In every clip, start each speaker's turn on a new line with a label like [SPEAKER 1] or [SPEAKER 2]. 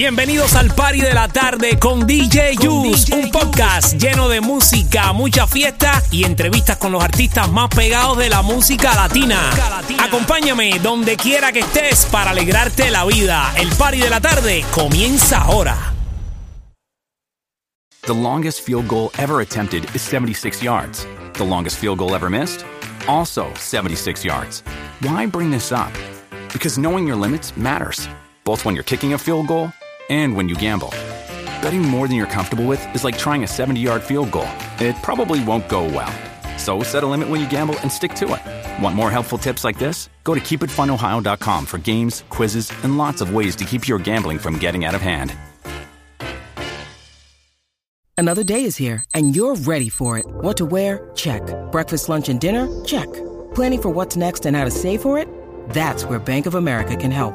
[SPEAKER 1] Bienvenidos al Party de la Tarde con DJ Juice, un podcast lleno de música, mucha fiesta y entrevistas con los artistas más pegados de la música latina. Acompáñame donde quiera que estés para alegrarte la vida. El Party de la Tarde comienza ahora.
[SPEAKER 2] The longest field goal ever attempted is 76 yards. The longest field goal ever missed? Also 76 yards. Why bring this up? Because knowing your limits matters, both when you're kicking a field goal and when you gamble. Betting more than you're comfortable with is like trying a 70 yard field goal, it probably won't go well. So set a limit when you gamble and stick to it. Want more helpful tips like this? Go to keepitfunohio.com for games, quizzes, and lots of ways to keep your gambling from getting out of hand.
[SPEAKER 3] Another day is here, and you're ready for it. What to wear? Check. Breakfast, lunch, and dinner? Check. Planning for what's next and how to save for it? That's where Bank of America can help.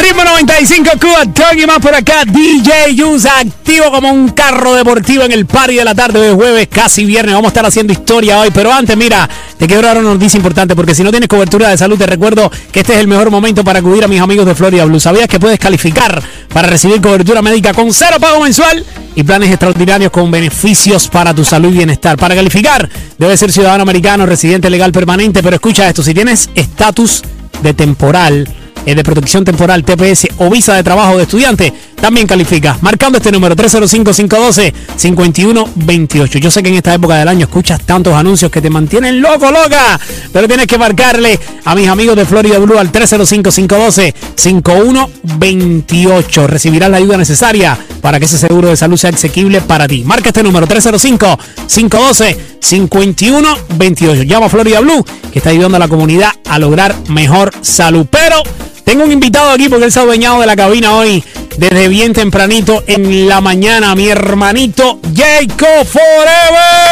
[SPEAKER 1] Ritmo 95 Cuba Tug y más por acá. DJ Juice activo como un carro deportivo en el party de la tarde de jueves, casi viernes. Vamos a estar haciendo historia hoy, pero antes, mira, te quiero dar una noticia importante porque si no tienes cobertura de salud, te recuerdo que este es el mejor momento para acudir a mis amigos de Florida Blue. ¿Sabías que puedes calificar para recibir cobertura médica con cero pago mensual y planes extraordinarios con beneficios para tu salud y bienestar? Para calificar, debes ser ciudadano americano, residente legal permanente, pero escucha esto, si tienes estatus de temporal, eh, de protección temporal, TPS o visa de trabajo de estudiante, también califica. Marcando este número 305-512-5128. Yo sé que en esta época del año escuchas tantos anuncios que te mantienen loco, loca, pero tienes que marcarle a mis amigos de Florida Blue al 305-512-5128. Recibirás la ayuda necesaria para que ese seguro de salud sea asequible para ti. Marca este número 305-512-5128. Llama a Florida Blue que está ayudando a la comunidad a lograr mejor salud. Pero tengo un invitado aquí porque él se ha adueñado de la cabina hoy desde bien tempranito en la mañana. Mi hermanito Jacob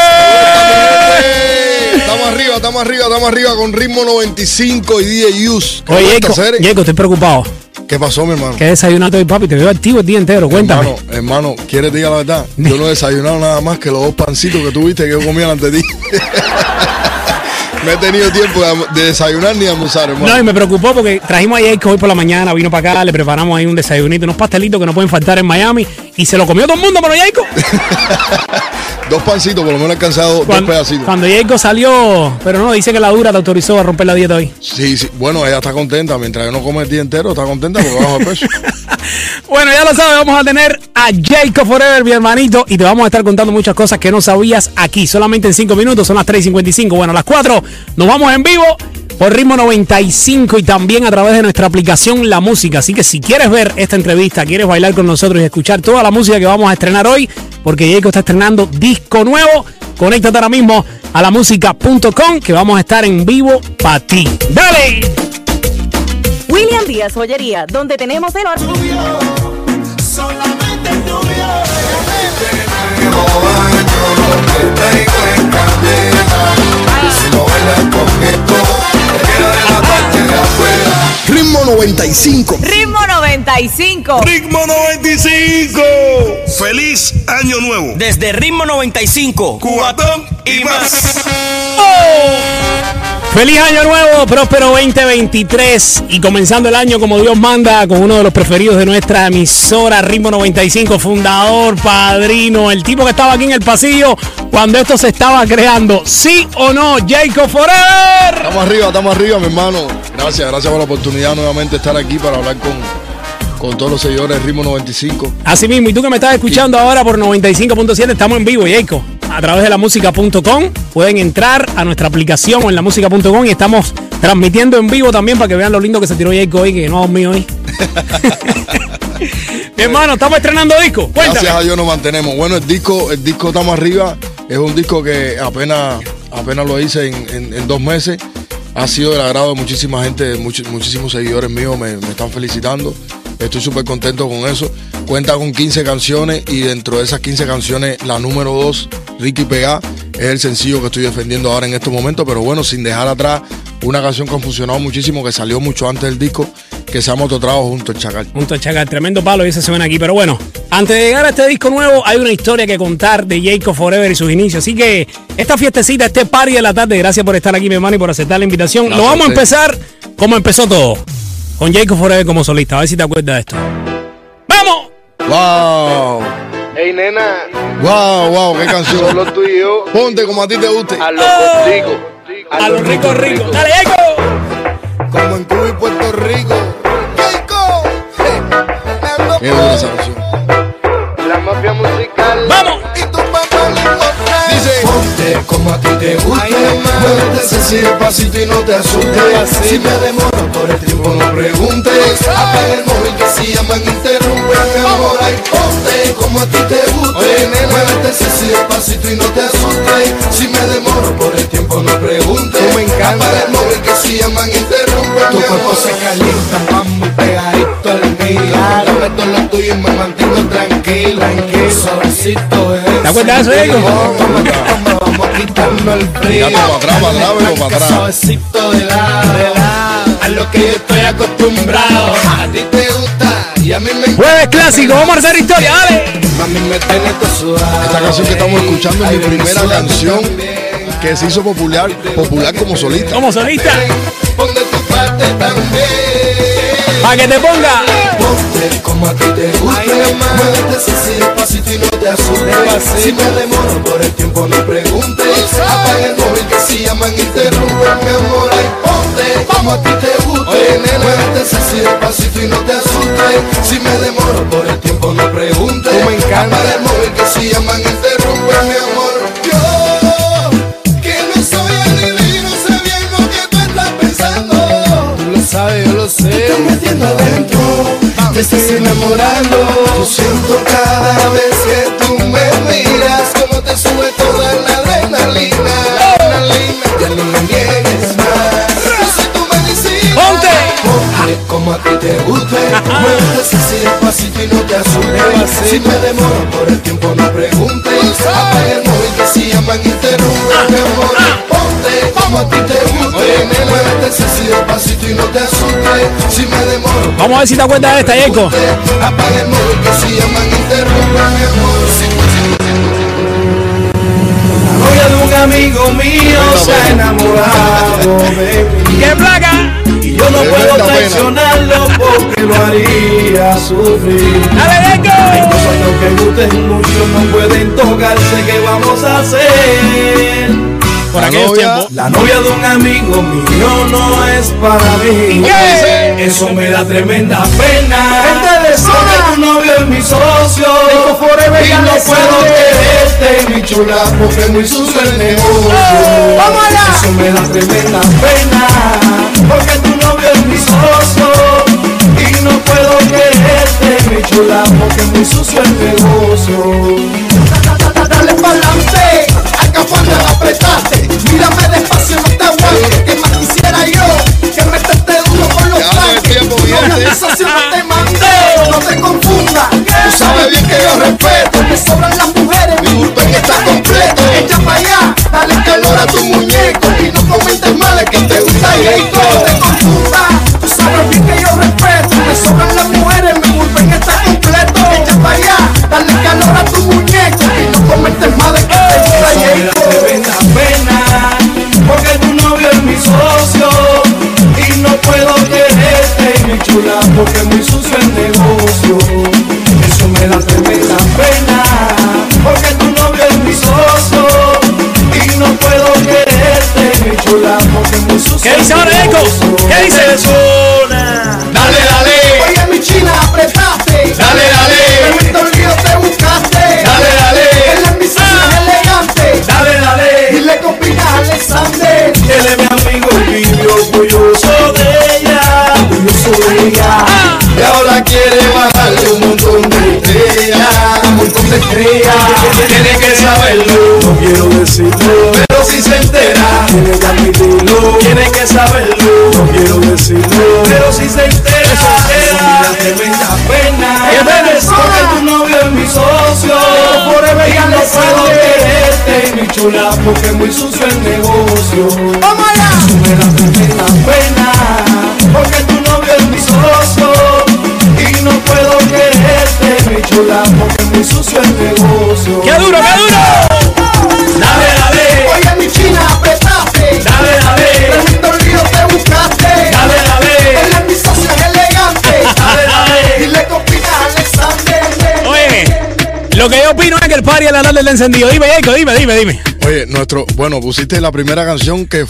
[SPEAKER 1] Forever.
[SPEAKER 4] Estamos arriba, estamos arriba, estamos arriba con ritmo 95 y 10 use. ¿Qué
[SPEAKER 1] Oye,
[SPEAKER 4] cuesta,
[SPEAKER 1] Jacob,
[SPEAKER 4] Cere?
[SPEAKER 1] Jacob, estoy preocupado.
[SPEAKER 4] ¿Qué pasó, mi hermano?
[SPEAKER 1] ¿Qué desayunaste hoy, papi? Te veo activo el día entero. Cuéntame.
[SPEAKER 4] Hermano, hermano, ¿quieres decir la verdad? Yo no he desayunado nada más que los dos pancitos que tuviste que yo comía antes de ti. no he tenido tiempo de alm- de desayunar ni de almorzar, hermano.
[SPEAKER 1] No, y me preocupó porque trajimos a Jacob hoy por la mañana, vino para acá, le preparamos ahí un desayunito, unos pastelitos que no pueden faltar en Miami, y se lo comió todo el mundo, pero Jacob.
[SPEAKER 4] Dos pancitos, por lo menos he alcanzado dos
[SPEAKER 1] Cuando,
[SPEAKER 4] pedacitos.
[SPEAKER 1] cuando Jacob salió, pero no, dice que la dura te autorizó a romper la dieta hoy.
[SPEAKER 4] Sí, sí. Bueno, ella está contenta. Mientras yo no come el día entero, está contenta porque bajo de peso.
[SPEAKER 1] Bueno, ya lo sabes, vamos a tener a Jacob Forever, mi hermanito, y te vamos a estar contando muchas cosas que no sabías aquí. Solamente en 5 minutos, son las 3.55. Bueno, a las 4 nos vamos en vivo por Ritmo 95 y también a través de nuestra aplicación La Música. Así que si quieres ver esta entrevista, quieres bailar con nosotros y escuchar toda la música que vamos a estrenar hoy, porque Jacob está estrenando disco nuevo, conéctate ahora mismo a lamusica.com que vamos a estar en vivo para ti. ¡Dale!
[SPEAKER 5] William Díaz Joyería, donde tenemos el oro.
[SPEAKER 4] Ritmo 95.
[SPEAKER 5] Ritmo 95.
[SPEAKER 6] Ritmo 95. Feliz año nuevo.
[SPEAKER 7] Desde Ritmo 95.
[SPEAKER 6] Cubatón y más.
[SPEAKER 1] Feliz año nuevo, próspero 2023 y comenzando el año como Dios manda con uno de los preferidos de nuestra emisora Ritmo 95, fundador, padrino, el tipo que estaba aquí en el pasillo cuando esto se estaba creando. ¿Sí o no, Jacob Forever?
[SPEAKER 4] Estamos arriba, estamos arriba, mi hermano. Gracias, gracias por la oportunidad nuevamente de estar aquí para hablar con, con todos los seguidores de Ritmo 95.
[SPEAKER 1] Así mismo, y tú que me estás escuchando ahora por 95.7, estamos en vivo, Jacob. A través de la música.com pueden entrar a nuestra aplicación o en la música.com y estamos transmitiendo en vivo también para que vean lo lindo que se tiró Jacob hoy, que no mío hoy. Mi hermano, estamos estrenando disco. Cuéntame.
[SPEAKER 4] Gracias a Dios nos mantenemos. Bueno, el disco, el disco Estamos Arriba es un disco que apenas, apenas lo hice en, en- en dos meses. Ha sido del agrado de muchísima gente, de muchi- muchísimos seguidores míos me, me están felicitando. Estoy súper contento con eso.
[SPEAKER 8] cuenta con 15 canciones y dentro de esas 15 canciones, la número 2, Ricky Pegá, es el sencillo que estoy defendiendo ahora en estos momentos, pero bueno, sin dejar atrás una canción que ha funcionado muchísimo, que salió mucho antes del disco, que se llama Otro Trabajo junto al Chacal.
[SPEAKER 1] Junto al Chacal, tremendo palo y se suena aquí. Pero bueno, antes de llegar a este disco nuevo, hay una historia que contar de Jacob Forever y sus inicios. Así que esta fiestecita, este party de la tarde, gracias por estar aquí, mi hermano, y por aceptar la invitación.
[SPEAKER 8] Gracias
[SPEAKER 1] Lo vamos a
[SPEAKER 8] a usted.
[SPEAKER 1] empezar como empezó todo, con Jacob Forever como solista. A ver si te acuerdas de esto. ¡Vamos!
[SPEAKER 8] ¡Wow!
[SPEAKER 9] Ey, nena,
[SPEAKER 8] ¡Wow, wow! ¡Qué canción!
[SPEAKER 9] solo tú y yo,
[SPEAKER 8] Ponte como a ti te guste.
[SPEAKER 9] a lo contigo.
[SPEAKER 1] A los ricos ricos. ¡Dale, Jacob!
[SPEAKER 8] Como en Cuba y Puerto Rico. ¡Qué dura esa canción!
[SPEAKER 9] La mafia musical.
[SPEAKER 1] ¡Vamos!
[SPEAKER 8] Dice, ponte como a ti te guste. Muévete sencillo y pasito y no te asustes. Si me demoro por el tiempo, no preguntes. Apaga el móvil que si llaman interrumpen. Ahora y ponte como a ti te guste. Muévete sencillo y pasito y no te asustes. Si me demoro por el tiempo, no preguntes. me encanta. Apaga el móvil que si llaman interrumpen. Tu cuerpo se calienta, vamos pegadito al mío. Dame todo lo tuyo y me mantengo tranquila. Suavecito es.
[SPEAKER 1] ¿Te acuerdas de eso, Jacob? Jueves clásico, vamos a hacer historia, dale.
[SPEAKER 8] Esta canción que estamos escuchando es mi primera canción que se hizo popular, popular como solista.
[SPEAKER 1] Como solista. Para que te ponga.
[SPEAKER 8] Como a ti te gusta, muévete sencillo, pasito y no te asustes. Si me demoro por el tiempo, no preguntes. Apaga el móvil que si llaman, interrumpen, mi amor, ahí ponte. Como a ti te gusta, muévete sencillo, pasito y no te asustes. Si me demoro por el tiempo, no preguntes. me encanta. Apaga el móvil que si llaman, interrumpen, mi amor. Yo, que no soy adivino, sé bien lo que tú estás pensando. Tú lo sabes, yo lo sé. Te estás metiendo adentro te estás enamorando. Yo siento cada vez que tú me miras, como te sube toda la adrenalina. adrenalina. Ya no me niegues más. Yo soy tu medicina.
[SPEAKER 1] Ponte.
[SPEAKER 8] Ponte como a ti te guste. Muévete así despacito y no te asustes. Si me demoro por el tiempo, no preguntes. Apaga el móvil que si llaman, interrumpe, mi amor. Ponte como a ti te guste. Muévete así despacito y no te asustes. Si me demoro
[SPEAKER 1] Vamos a ver si te acuerdas de esta, Jacob.
[SPEAKER 8] Apaga el móvil que si llaman interrumpa mi amor.
[SPEAKER 6] novia de un amigo mío se ha enamorado de mí.
[SPEAKER 1] ¡Qué placa!
[SPEAKER 6] Y yo no
[SPEAKER 8] Tremenda pena.
[SPEAKER 6] puedo traicionarlo porque lo haría sufrir.
[SPEAKER 1] ¡Dale,
[SPEAKER 6] Hay
[SPEAKER 1] Jacob!
[SPEAKER 6] cosas que aunque gusten mucho no pueden tocarse. ¿Qué vamos a hacer?
[SPEAKER 1] Por
[SPEAKER 8] La
[SPEAKER 1] aquellos
[SPEAKER 8] novia.
[SPEAKER 1] tiempos.
[SPEAKER 6] La novia de un amigo mío no es para mí.
[SPEAKER 1] Yeah.
[SPEAKER 6] Eso me da tremenda pena. Porque tu novio es mi socio. Y no puedo quererte, mi chula, porque es muy sucio el negocio. Eso me da tremenda pena. Porque tu novio es mi socio. Y no puedo quererte, mi chula, porque es muy sucio el negocio.
[SPEAKER 8] Dale pa'lante, acá fue donde la apretaste. Mírame despacio, no te aguantes. Que más quisiera yo que meterte duro con los tanques. No la sensación no te mandé, no te confundas. Tú sabes bien que yo respeto. Te sobran las mujeres, mi bullpen está completo. Echa para allá, dale calor a tu muñeco. Y no comentes males que te gusta y hay todo. No te confundas, tú sabes bien que yo respeto. Te sobran las mujeres, mi bullpen está completo. Echa para allá, dale calor a tu muñeco. Y no comentes males que te gusta y hay todo.
[SPEAKER 6] tremenda pena, porque tu novio es mi socio y no puedo quererte, mi chula, porque es muy sucio el negocio. Eso me da tremenda pena, porque tu novio es mi socio y no puedo quererte, mi chula, porque es muy sucio.
[SPEAKER 1] ¿Qué dice ahora, Eco? ¿Qué dice?
[SPEAKER 8] Dale, dale. Oye, mi china, apretaste. Dale, dale. Tremendo lío te buscaste. Dale, dale. Él es mi señor elegante.
[SPEAKER 6] Ah. Dale, dale.
[SPEAKER 8] Dile con pica a Alexander.
[SPEAKER 6] Él es mi amigo y vivió orgulloso de ella, Ah. orgulloso de ella.
[SPEAKER 8] Y ahora quiere bajarle un montón de estrellas. Un montón de estrellas.
[SPEAKER 6] Tiene que saberlo, no quiero decirlo, pero si se entera, tiene que admitirlo, tiene que saberlo, no quiero decirlo, pero si se entera, se entera, tremenda pena,
[SPEAKER 1] ¡Qué pena!
[SPEAKER 6] porque
[SPEAKER 10] chula porque es muy sucio el negocio.
[SPEAKER 11] ¡Vamos allá!
[SPEAKER 10] Tú me das pena, pena, porque tu novio es mi socio y no puedo quererte, mi chula, porque es muy sucio el negocio.
[SPEAKER 1] ¡Qué duro, qué duro!
[SPEAKER 10] Dame, dame. Oye, mi china, apretaste. Dame, dame. Tremendo lío te buscaste. Dame, dame. Él es mi socio, es elegante. Dame, dame. Dile copita, Alexander.
[SPEAKER 1] Oye, lo que yo opino es que el party a la tarde le encendido. Dime, Jaco, dime, dime, dime.
[SPEAKER 8] Oye, nuestro, bueno, pusiste la primera canción que,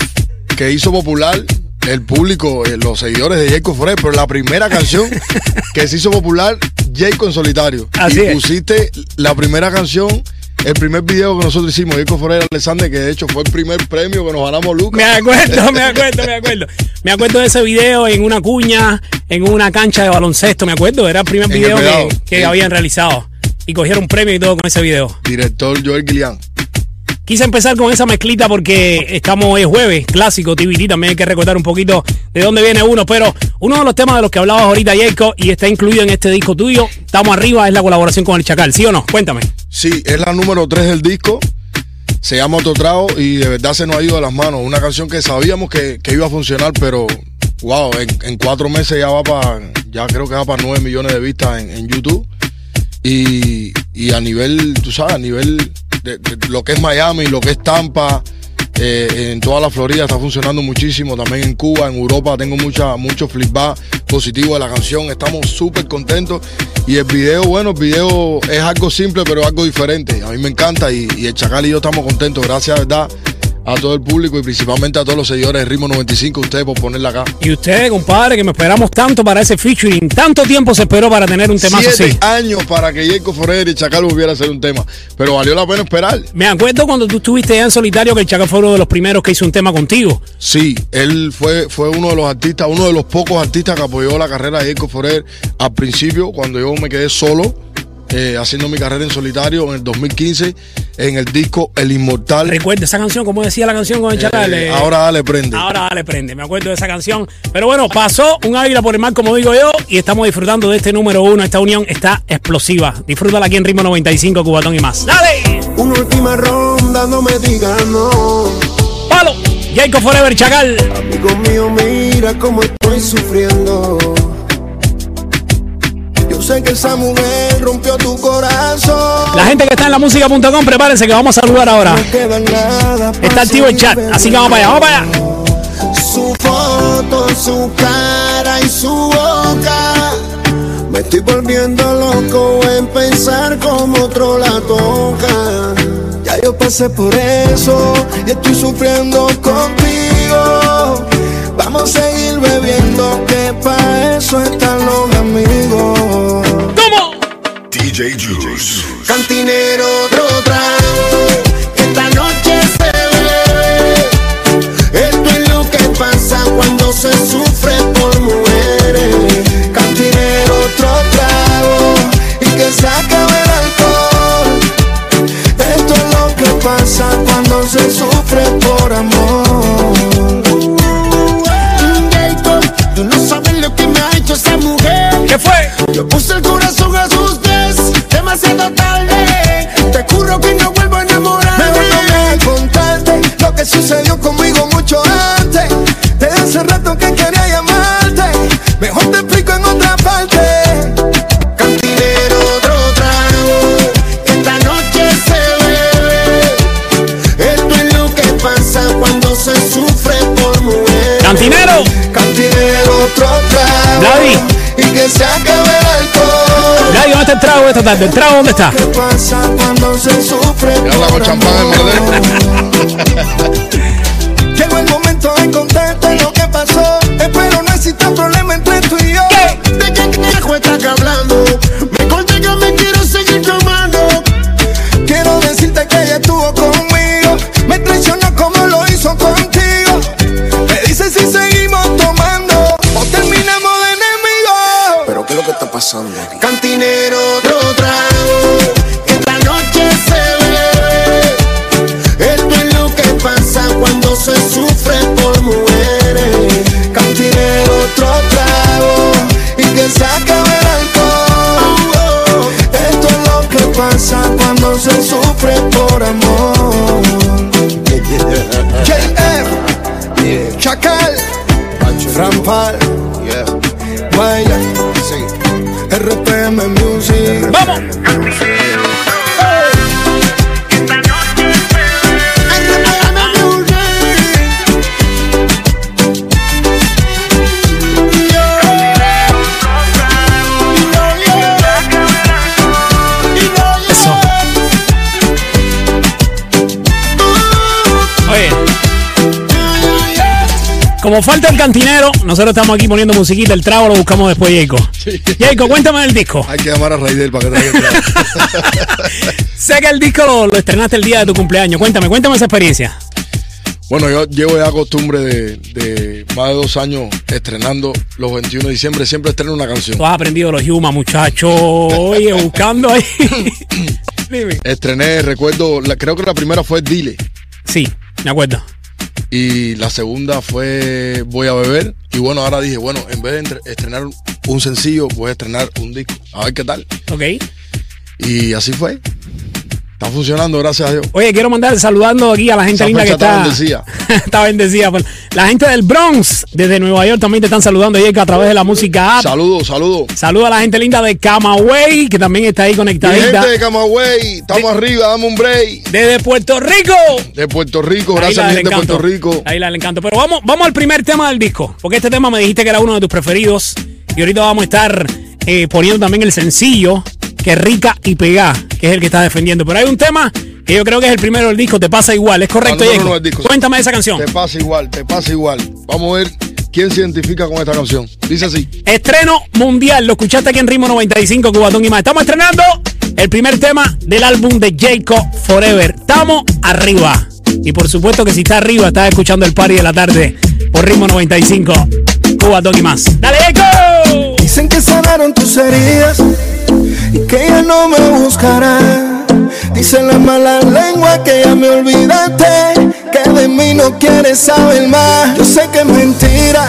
[SPEAKER 8] que hizo popular el público, eh, los seguidores de Jacob Fred, pero la primera canción que se hizo popular, Jacob en solitario.
[SPEAKER 1] Así
[SPEAKER 8] y
[SPEAKER 1] es.
[SPEAKER 8] pusiste la primera canción, el primer video que nosotros hicimos, Jacob Fred Alexander, que de hecho fue el primer premio que nos ganamos
[SPEAKER 1] Me
[SPEAKER 8] Lucas.
[SPEAKER 1] acuerdo, me acuerdo, me acuerdo. Me acuerdo de ese video en una cuña, en una cancha de baloncesto, me acuerdo. Era el primer
[SPEAKER 8] En el
[SPEAKER 1] video
[SPEAKER 8] Vedado.
[SPEAKER 1] que, que
[SPEAKER 8] Sí.
[SPEAKER 1] habían realizado. Y cogieron premio y todo con ese video.
[SPEAKER 8] Director Joel Gillian.
[SPEAKER 1] Quise empezar con esa mezclita porque estamos hoy es jueves, clásico, TBT, también hay que recordar un poquito de dónde viene uno, pero uno de los temas de los que hablabas ahorita, Jacob, y está incluido en este disco tuyo, estamos arriba, es la colaboración con el Chacal, ¿sí o no? Cuéntame.
[SPEAKER 8] Sí, es la número 3 del disco. Se llama Ototrago y de verdad se nos ha ido de las manos. Una canción que sabíamos que, que iba a funcionar, pero wow, en, en cuatro meses ya va para, ya creo que va para 9 millones de vistas en, en YouTube. Y, y a nivel, tú sabes, a nivel de, de lo que es Miami, lo que es Tampa, eh, en toda la Florida está funcionando muchísimo. También en Cuba, en Europa, tengo mucha, mucho feedback positivo de la canción. Estamos súper contentos. Y el video, bueno, el video es algo simple, pero algo diferente. A mí me encanta y, y el Chacal y yo estamos contentos. Gracias, de verdad, a todo el público y principalmente a todos los seguidores de Ritmo 95, ustedes por ponerla acá.
[SPEAKER 1] Y ustedes, compadre, que me esperamos tanto para ese featuring, tanto tiempo se esperó para tener un temazo
[SPEAKER 8] Siete
[SPEAKER 1] así.
[SPEAKER 8] años para que Jacob Forer y Chacal volviera a hacer un tema. Pero valió la pena esperar.
[SPEAKER 1] Me acuerdo cuando tú estuviste ya en solitario que el Chacal fue uno de los primeros que hizo un tema contigo.
[SPEAKER 8] Sí, él fue, fue uno de los artistas, uno de los pocos artistas que apoyó la carrera de Jacob Forer al principio, cuando yo me quedé solo, eh, haciendo mi carrera en solitario en el 2015, en el disco El Inmortal.
[SPEAKER 1] Recuerda esa canción, como decía la canción con el Chacal.
[SPEAKER 8] Eh,
[SPEAKER 1] eh,
[SPEAKER 8] ahora dale, prende.
[SPEAKER 1] Ahora dale, prende. Me acuerdo de esa canción. Pero bueno, pasó un águila por el mar, como digo yo, y estamos disfrutando de este número uno. Esta unión está explosiva. Disfrútala aquí en Ritmo 95, Cubatón y más. ¡Dale!
[SPEAKER 6] Una última ronda, no me digas no.
[SPEAKER 1] ¡Palo! Jacob Forever, chacal.
[SPEAKER 6] Amigo mío, mira cómo estoy sufriendo. Yo sé que esa mujer rompió tu corazón.
[SPEAKER 1] La gente que está en la música.com, prepárense que vamos a saludar ahora.
[SPEAKER 6] No queda nada
[SPEAKER 1] Está activo el chat, así que vamos para allá, vamos para allá.
[SPEAKER 6] Su foto, su cara y su boca. Me estoy volviendo loco en pensar cómo otro la toca. Ya yo pasé por eso y estoy sufriendo contigo. Vamos a seguir bebiendo, que para eso están los amigos.
[SPEAKER 1] ¿Cómo?
[SPEAKER 12] DJ Juice.
[SPEAKER 6] Cantinero, otro trago. que Esta noche se bebe. Esto es lo que pasa cuando se sufre por mujeres. Cantinero, otro trago. Y que se acabe el alcohol. Esto es lo que pasa cuando se sufre por amor. Mm, Jacob, Tú no sabes lo que me ha hecho esa mujer.
[SPEAKER 1] ¿Qué fue?
[SPEAKER 6] Yo puse el corazón a sus pies, demasiado tarde. Te juro que no vuelvo a enamorarme. Mejor no me contarte lo que sucedió conmigo mucho antes. Desde hace rato que quería llamarte. Mejor te explico en otra parte. Cantinero, otro trago. Esta noche se bebe. Esto es lo que pasa cuando se sufre por mujer.
[SPEAKER 1] ¡Cantinero!
[SPEAKER 6] Cantinero, otro trago.
[SPEAKER 1] Daddy.
[SPEAKER 6] Y que se acabe el alcohol.
[SPEAKER 1] Ya, ¿dónde está el trago esta tarde? ¿El trago dónde está?
[SPEAKER 6] ¿Qué pasa cuando se sufre
[SPEAKER 8] Ya habla con
[SPEAKER 6] por
[SPEAKER 8] champán en
[SPEAKER 6] amor? Llegó el momento de contarte lo que pasó. Espero no exista problema entre tú y yo. ¿De qué carajo estás hablando? Me conté que me quiero seguir tomando. Quiero decirte que ella estuvo conmigo. Me traicionó como lo hizo contigo. Me dice si seguimos tomando o terminamos de enemigos.
[SPEAKER 12] Pero ¿qué es lo que está pasando aquí?
[SPEAKER 6] Cantinero, otro trago. Esta noche se bebe. Esto es lo que pasa
[SPEAKER 1] vamos. Eso. Oye. Como falta el cantinero, nosotros estamos aquí poniendo musiquita, el trago lo buscamos después, Jaco. Jaco, cuéntame del disco.
[SPEAKER 8] Hay que llamar a Raidel para que traiga el trago.
[SPEAKER 1] Sé que el disco lo, lo estrenaste el día de tu cumpleaños. Cuéntame, cuéntame esa experiencia.
[SPEAKER 8] Bueno, yo llevo ya costumbre de, de más de dos años estrenando los 21 de diciembre. Siempre estreno una canción.
[SPEAKER 1] Tú has aprendido los Yuma, muchacho. Oye, buscando ahí. Dime.
[SPEAKER 8] Estrené, recuerdo, la- creo que la primera fue Dile.
[SPEAKER 1] Sí, me acuerdo.
[SPEAKER 8] Y la segunda fue Voy a beber. Y bueno, ahora dije, bueno, en vez de entre- estrenar un sencillo, voy a estrenar un disco. A ver qué tal.
[SPEAKER 1] Ok.
[SPEAKER 8] Y así fue. Está funcionando, gracias a Dios.
[SPEAKER 1] Oye, quiero mandar saludando aquí a la gente
[SPEAKER 8] Esa
[SPEAKER 1] linda que
[SPEAKER 8] fecha
[SPEAKER 1] está.
[SPEAKER 8] está bendecida.
[SPEAKER 1] está bendecida. Bueno, La gente del Bronx, desde Nueva York, también te están saludando, Yeka, a través de la música app.
[SPEAKER 8] Saludos, saludos.
[SPEAKER 1] Saluda a la gente linda de Camagüey, que también está ahí
[SPEAKER 8] Mi gente
[SPEAKER 1] conectadita.
[SPEAKER 8] de Camagüey, estamos arriba, dame un break.
[SPEAKER 1] Desde Puerto Rico.
[SPEAKER 8] De Puerto Rico,
[SPEAKER 1] La
[SPEAKER 8] gracias
[SPEAKER 1] isla
[SPEAKER 8] a mi
[SPEAKER 1] del
[SPEAKER 8] gente de
[SPEAKER 1] encanto.
[SPEAKER 8] Puerto Rico.
[SPEAKER 1] La isla del encanto. Pero vamos, vamos al primer tema del disco, porque este tema me dijiste que era uno de tus preferidos. Y ahorita vamos a estar eh, poniendo también el sencillo, que es rica y pegá, que es el que estás defendiendo. Pero hay un tema que yo creo que es el primero del disco, te pasa igual, ¿es correcto,
[SPEAKER 8] Al número
[SPEAKER 1] Jacob?
[SPEAKER 8] uno del disco.
[SPEAKER 1] Cuéntame esa canción.
[SPEAKER 8] Te pasa igual, te pasa igual. Vamos a ver quién se identifica con esta canción. Dice así.
[SPEAKER 1] Estreno mundial, lo escuchaste aquí en Ritmo 95, Cubatón y más. Estamos estrenando el primer tema del álbum de Jacob Forever. Estamos arriba. Y por supuesto que si está arriba, estás escuchando el party de la tarde por Ritmo 95, Cubatón y más. ¡Dale, Jacob!
[SPEAKER 6] Dicen que sanaron tus heridas y que ya no me buscará. Dicen las malas lenguas que ya me olvidaste, que de mí no quieres saber más. Yo sé que es mentira,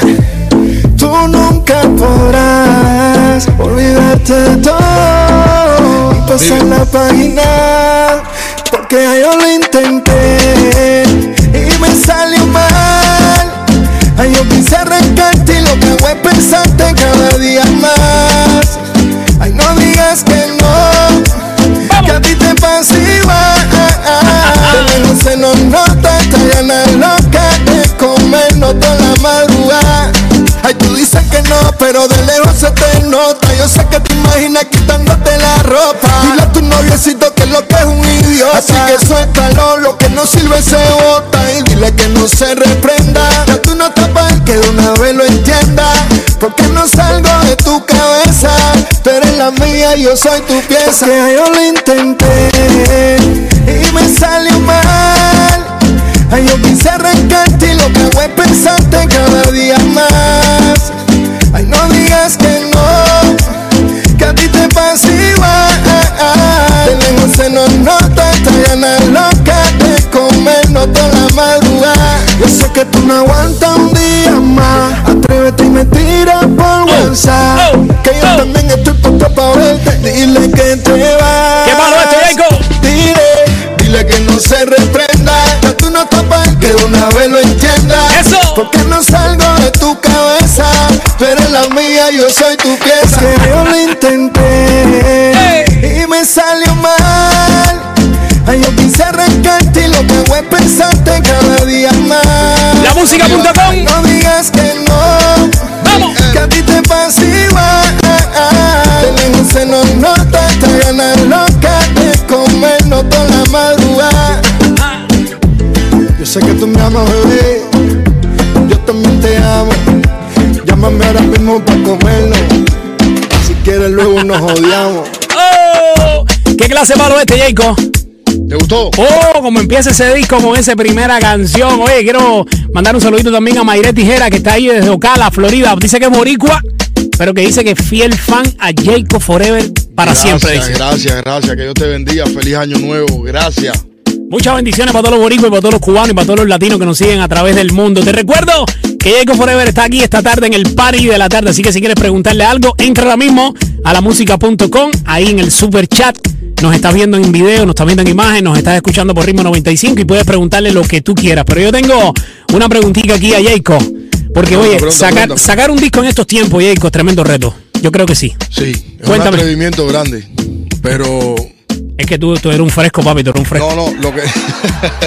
[SPEAKER 6] tú nunca podrás olvidarte de todo y pasar la página, porque ya yo lo intenté y me salió mal. Ay, yo quise arrancarte y lo que hago es pensarte cada día más. Ay, no digas que no, que a ti te pasa igual. De la luz se nos nota, está llena loca de comernos toda la madrugada. Ay, tú dices que no, pero de lejos se te nota. Yo sé que te imaginas quitándote la ropa. Dile a tu noviecito que lo que es un idiota. Así que suéltalo, lo que no sirve se bota. Y dile que no se reprenda. Ya tú no estás pa' él, que de una vez lo entienda. Porque no salgo de tu cabeza. Tú eres la mía y yo soy tu pieza. Porque yo lo intenté y me salió mal. Ay, yo quise arrancarte y lo que hago es pensarte cada día más. Ay, no digas que no, que a ti te pasa igual. De lejos se nos nota esta gana loca de comernos toda la madrugada. Yo sé que tú no aguantas un día más. Atrévete y me tiras
[SPEAKER 1] Oh,
[SPEAKER 6] por WhatsApp. que yo también estoy puesto para verte. Dile que te vas.
[SPEAKER 1] ¿Qué malo esto, Jacob?
[SPEAKER 6] Dile, dile que no se reprenda. Que tú no tapas, que de una vez lo entienda.
[SPEAKER 1] ¡Eso!
[SPEAKER 6] Porque no salgo de tu cabeza. Tú eres la mía, yo soy tu pieza. que yo lo intenté y me salió mal. Ay, yo quise arrancarte y lo que hago es pensarte cada día más.
[SPEAKER 1] La música.com.
[SPEAKER 6] No digas que no.
[SPEAKER 1] Vamos.
[SPEAKER 6] Que a ti te pasa igual. De lejos se nos nota esta gana loca de comernos toda la madrugada. Yo sé que tú me amas, bebé. Yo también te amo. Llámame ahora mismo para comernos. Si quieres, luego nos odiamos.
[SPEAKER 1] ¡Oh! ¿Qué clase malo este, Jacob?
[SPEAKER 8] ¿Te gustó?
[SPEAKER 1] Oh, como empieza ese disco con esa primera canción. Oye, quiero mandar un saludito también a Mayre Tijera, que está ahí desde Ocala, Florida. Dice que es boricua, pero que dice que es fiel fan a Jacob Forever para
[SPEAKER 8] gracias,
[SPEAKER 1] siempre. dice.
[SPEAKER 8] Gracias, gracias. Que Dios te bendiga. Feliz año nuevo. Gracias.
[SPEAKER 1] Muchas bendiciones para todos los boricuas y para todos los cubanos y para todos los latinos que nos siguen a través del mundo. Te recuerdo que Jacob Forever está aquí esta tarde en el party de la tarde. Así que si quieres preguntarle algo, entra ahora mismo a lamusica.com, ahí en el super chat. Nos estás viendo en video, nos estás viendo en imagen, nos estás escuchando por ritmo 95 y puedes preguntarle lo que tú quieras. Pero yo tengo una preguntita aquí a Jacob. Porque,
[SPEAKER 8] Pregunta,
[SPEAKER 1] oye,
[SPEAKER 8] pregunta,
[SPEAKER 1] sacar,
[SPEAKER 8] pregunta.
[SPEAKER 1] sacar un disco en estos tiempos, Jacob, es tremendo reto. Yo creo que sí.
[SPEAKER 8] Sí, es
[SPEAKER 1] Cuéntame.
[SPEAKER 8] un atrevimiento grande. Pero
[SPEAKER 1] Es que tú, tú eres un fresco, papi, tú eres un fresco.
[SPEAKER 8] No, no, lo que.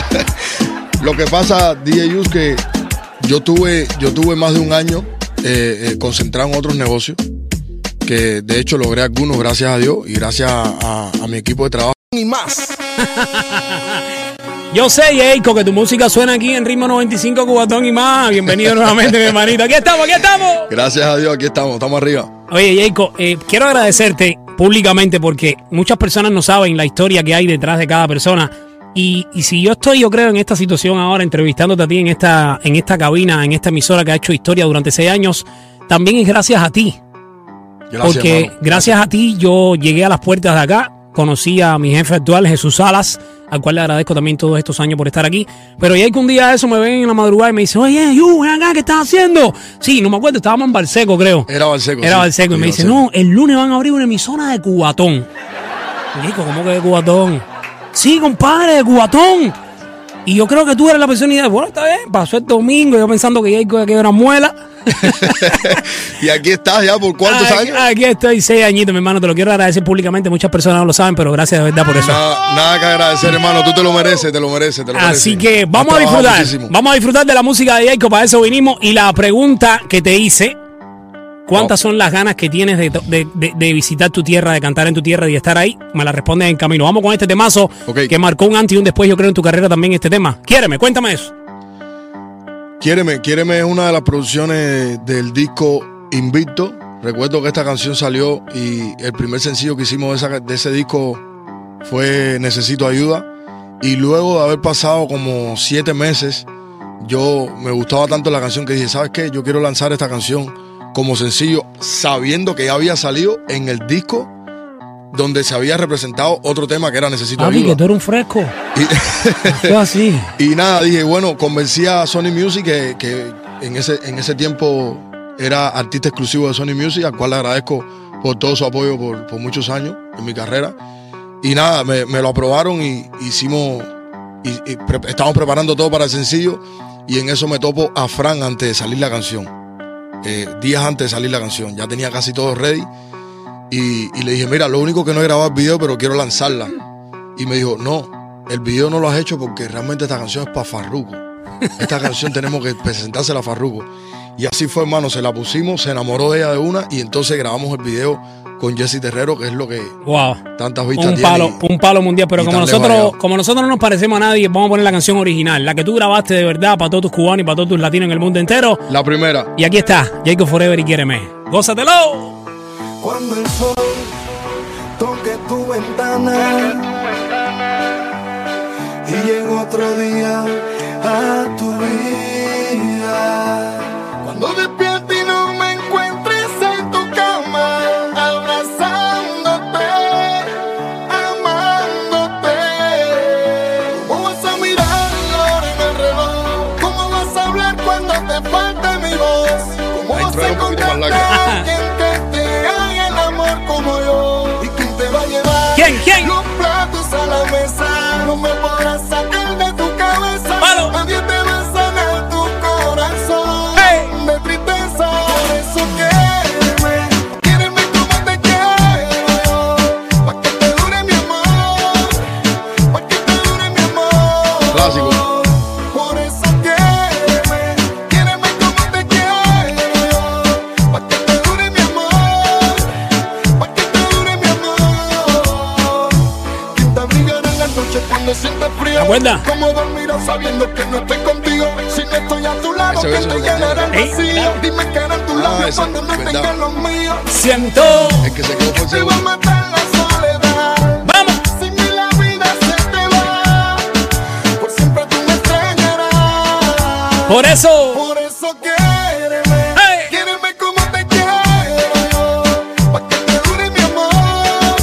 [SPEAKER 8] lo que pasa, DJ Yus, que yo tuve, yo tuve más de un año eh, eh, concentrado en otros negocios, que de hecho logré algunos, gracias a Dios, y gracias a, a- a mi equipo de trabajo.
[SPEAKER 13] Ni más.
[SPEAKER 1] Yo sé, Jayco, que tu música suena aquí en Ritmo 95, Cubatón y más. Bienvenido nuevamente, mi hermanito. Aquí estamos, aquí estamos.
[SPEAKER 8] Gracias a Dios, aquí estamos, estamos arriba.
[SPEAKER 1] Oye, Jayco, eh, quiero agradecerte públicamente porque muchas personas no saben la historia que hay detrás de cada persona. Y, y si yo estoy, yo creo, en esta situación ahora, entrevistándote a ti en esta, en esta cabina, en esta emisora que ha hecho historia durante seis años, también es gracias a ti.
[SPEAKER 8] Gracias,
[SPEAKER 1] porque
[SPEAKER 8] hermano.
[SPEAKER 1] gracias a ti yo llegué a las puertas de acá, conocí a mi jefe actual, Jesús Salas, al cual le agradezco también todos estos años por estar aquí. Pero ya que un día eso me ven en la madrugada y me dice, oye, Yu, ven acá, ¿qué estás haciendo? Sí, no me acuerdo, estábamos en Barseco, creo.
[SPEAKER 8] Era Balseco.
[SPEAKER 1] Era
[SPEAKER 8] Eh, sí.
[SPEAKER 1] Balseco. Y me
[SPEAKER 8] Sí,
[SPEAKER 1] dice,
[SPEAKER 8] Balseco.
[SPEAKER 1] no, el lunes van a abrir una emisora de Cubatón. Y digo, ¿cómo que de Cubatón? Sí, compadre, de Cubatón. Y yo creo que tú eres la persona ideal. Bueno, está bien, pasó el domingo, yo pensando que Jayco que era muela.
[SPEAKER 8] Y aquí estás ya por cuántos
[SPEAKER 1] Aquí-
[SPEAKER 8] años.
[SPEAKER 1] Aquí estoy, seis añitos, mi hermano. Te lo quiero agradecer públicamente. Muchas personas no lo saben, pero gracias de
[SPEAKER 8] Ah,
[SPEAKER 1] verdad por eso.
[SPEAKER 8] Nada, nada que agradecer, hermano. Tú te lo mereces, te lo mereces, te lo mereces.
[SPEAKER 1] Así que
[SPEAKER 8] Has
[SPEAKER 1] vamos a
[SPEAKER 8] trabajado
[SPEAKER 1] disfrutar.
[SPEAKER 8] muchísimo.
[SPEAKER 1] Vamos a disfrutar de la música de Jayco. Para eso vinimos. Y la pregunta que te hice: ¿cuántas son las ganas que tienes de, de- de- de visitar tu tierra, de cantar en tu tierra y de estar ahí? Me la respondes en camino. Vamos con este temazo
[SPEAKER 8] Ok.
[SPEAKER 1] que marcó un antes y un después, yo creo, en tu carrera también. Este tema. Quiéreme, cuéntame eso.
[SPEAKER 8] Quiéreme, Quiéreme es una de las producciones del disco Invicto. Recuerdo que esta canción salió y el primer sencillo que hicimos de, esa- de ese disco fue Necesito Ayuda. Y luego de haber pasado como siete meses, yo me gustaba tanto la canción que dije, ¿sabes qué? Yo quiero lanzar esta canción como sencillo, sabiendo que ya había salido en el disco donde se había representado otro tema que era Necesito
[SPEAKER 1] Papi, que
[SPEAKER 8] Ayuda.
[SPEAKER 1] tú eres un fresco. Yo así.
[SPEAKER 8] Y nada, dije, bueno, convencí a Sony Music, que, que en, ese, en ese tiempo era artista exclusivo de Sony Music, al cual le agradezco por todo su apoyo por, por muchos años en mi carrera. Y nada, me, me lo aprobaron y hicimos, y, y pre- estábamos preparando todo para el sencillo. Y en eso me topo a Fran antes de salir la canción. Eh, días antes de salir la canción, ya tenía casi todo ready. Y, y le dije, mira, lo único que no he grabado el video, pero quiero lanzarla. Y me dijo, no, el video no lo has hecho porque realmente esta canción es para Farruko. Esta canción tenemos que presentársela a Farruko. Y así fue, hermano, se la pusimos, se enamoró de ella de una y entonces grabamos el video con Jesse Terrero, que es lo que
[SPEAKER 1] Wow.
[SPEAKER 8] tantas vistas
[SPEAKER 1] Un
[SPEAKER 8] tiene.
[SPEAKER 1] palo, un palo mundial, pero
[SPEAKER 8] Pues, y
[SPEAKER 1] como
[SPEAKER 8] tan lejos
[SPEAKER 1] nosotros,
[SPEAKER 8] allá.
[SPEAKER 1] como nosotros no nos parecemos a nadie, vamos a poner la canción original, la que tú grabaste de verdad para todos tus cubanos y para todos tus latinos en el mundo entero.
[SPEAKER 8] La primera.
[SPEAKER 1] Y aquí está, Jacob Forever y Quiéreme. ¡Gózatelo!
[SPEAKER 6] Cuando el sol toque tu ventana y en otro día a tu vida. Cuando despierte y no me encuentres en tu cama, abrazándote, amándote. ¿Cómo vas a mirar la hora en el reloj? ¿Cómo vas a hablar cuando te falte mi voz? ¿Cómo
[SPEAKER 8] Ahí
[SPEAKER 6] vas
[SPEAKER 8] truena un
[SPEAKER 6] a
[SPEAKER 8] poquito más
[SPEAKER 6] encontrarte
[SPEAKER 8] larga.
[SPEAKER 6] a alguien que te haga el amor como yo? ¿Y quién te va a llevar?
[SPEAKER 1] ¿Quién, quién?
[SPEAKER 6] Los platos a la mesa, no me podrás sacar de tu cabeza.
[SPEAKER 1] Palo.
[SPEAKER 6] Nadie te va a sanar tu corazón
[SPEAKER 1] Hey.
[SPEAKER 6] de tristeza. Por eso quédeme, quédeme como te quiero yo. Pa' que te dure mi amor, pa' que te dure mi amor.
[SPEAKER 8] Clásico.
[SPEAKER 6] Por eso quédeme, quédeme como te quiero yo. Pa' que te dure mi amor, pa' que te dure mi amor. Quien te abrigará en la noche cuando sientas frío.
[SPEAKER 1] ¿Te acuerdas?
[SPEAKER 6] Como dormirás sabiendo que no estoy contigo. Si no estoy a tu lado,
[SPEAKER 8] Ese
[SPEAKER 6] que
[SPEAKER 8] beso
[SPEAKER 6] te
[SPEAKER 8] es lo que
[SPEAKER 6] llenará el
[SPEAKER 1] tiene. Ey,
[SPEAKER 6] vacío.
[SPEAKER 1] claro.
[SPEAKER 6] Dime que eran tus
[SPEAKER 8] Ah,
[SPEAKER 6] labios
[SPEAKER 8] ese,
[SPEAKER 6] cuando no
[SPEAKER 8] verdad.
[SPEAKER 6] tengan los míos.
[SPEAKER 1] Siento.
[SPEAKER 8] Es que se quedó por
[SPEAKER 6] Te va a
[SPEAKER 8] seguro.
[SPEAKER 6] matar la soledad.
[SPEAKER 1] ¡Vamos!
[SPEAKER 6] Si mi la vida se te va, por siempre tú me extrañarás.
[SPEAKER 1] Por eso.
[SPEAKER 6] Por eso quéreme,
[SPEAKER 1] Oh. Hey.
[SPEAKER 6] quéreme como te quiero yo, pa' que te dure mi amor,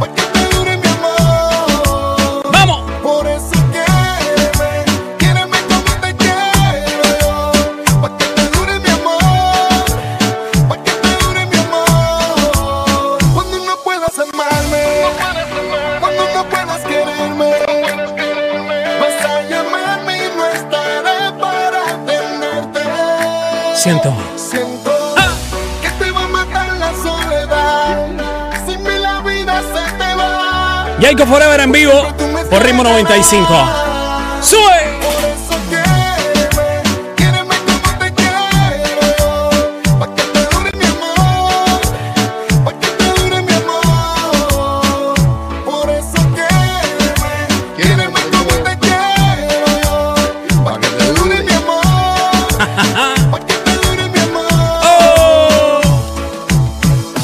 [SPEAKER 6] pa' que te dure mi amor.
[SPEAKER 1] ¡Vamos!
[SPEAKER 6] Por eso quéreme, quéreme como te quiero yo, pa' que te dure mi amor, pa' que te dure mi amor. Cuando no puedas amarme, cuando no puedas quererme, vas a llamarme y no estaré para tenerte.
[SPEAKER 1] Siento.
[SPEAKER 6] Siento que te va a matar la soledad. Si mi la vida se te
[SPEAKER 1] Psycho Forever en vivo por ritmo 95. ¡Sube! Oh.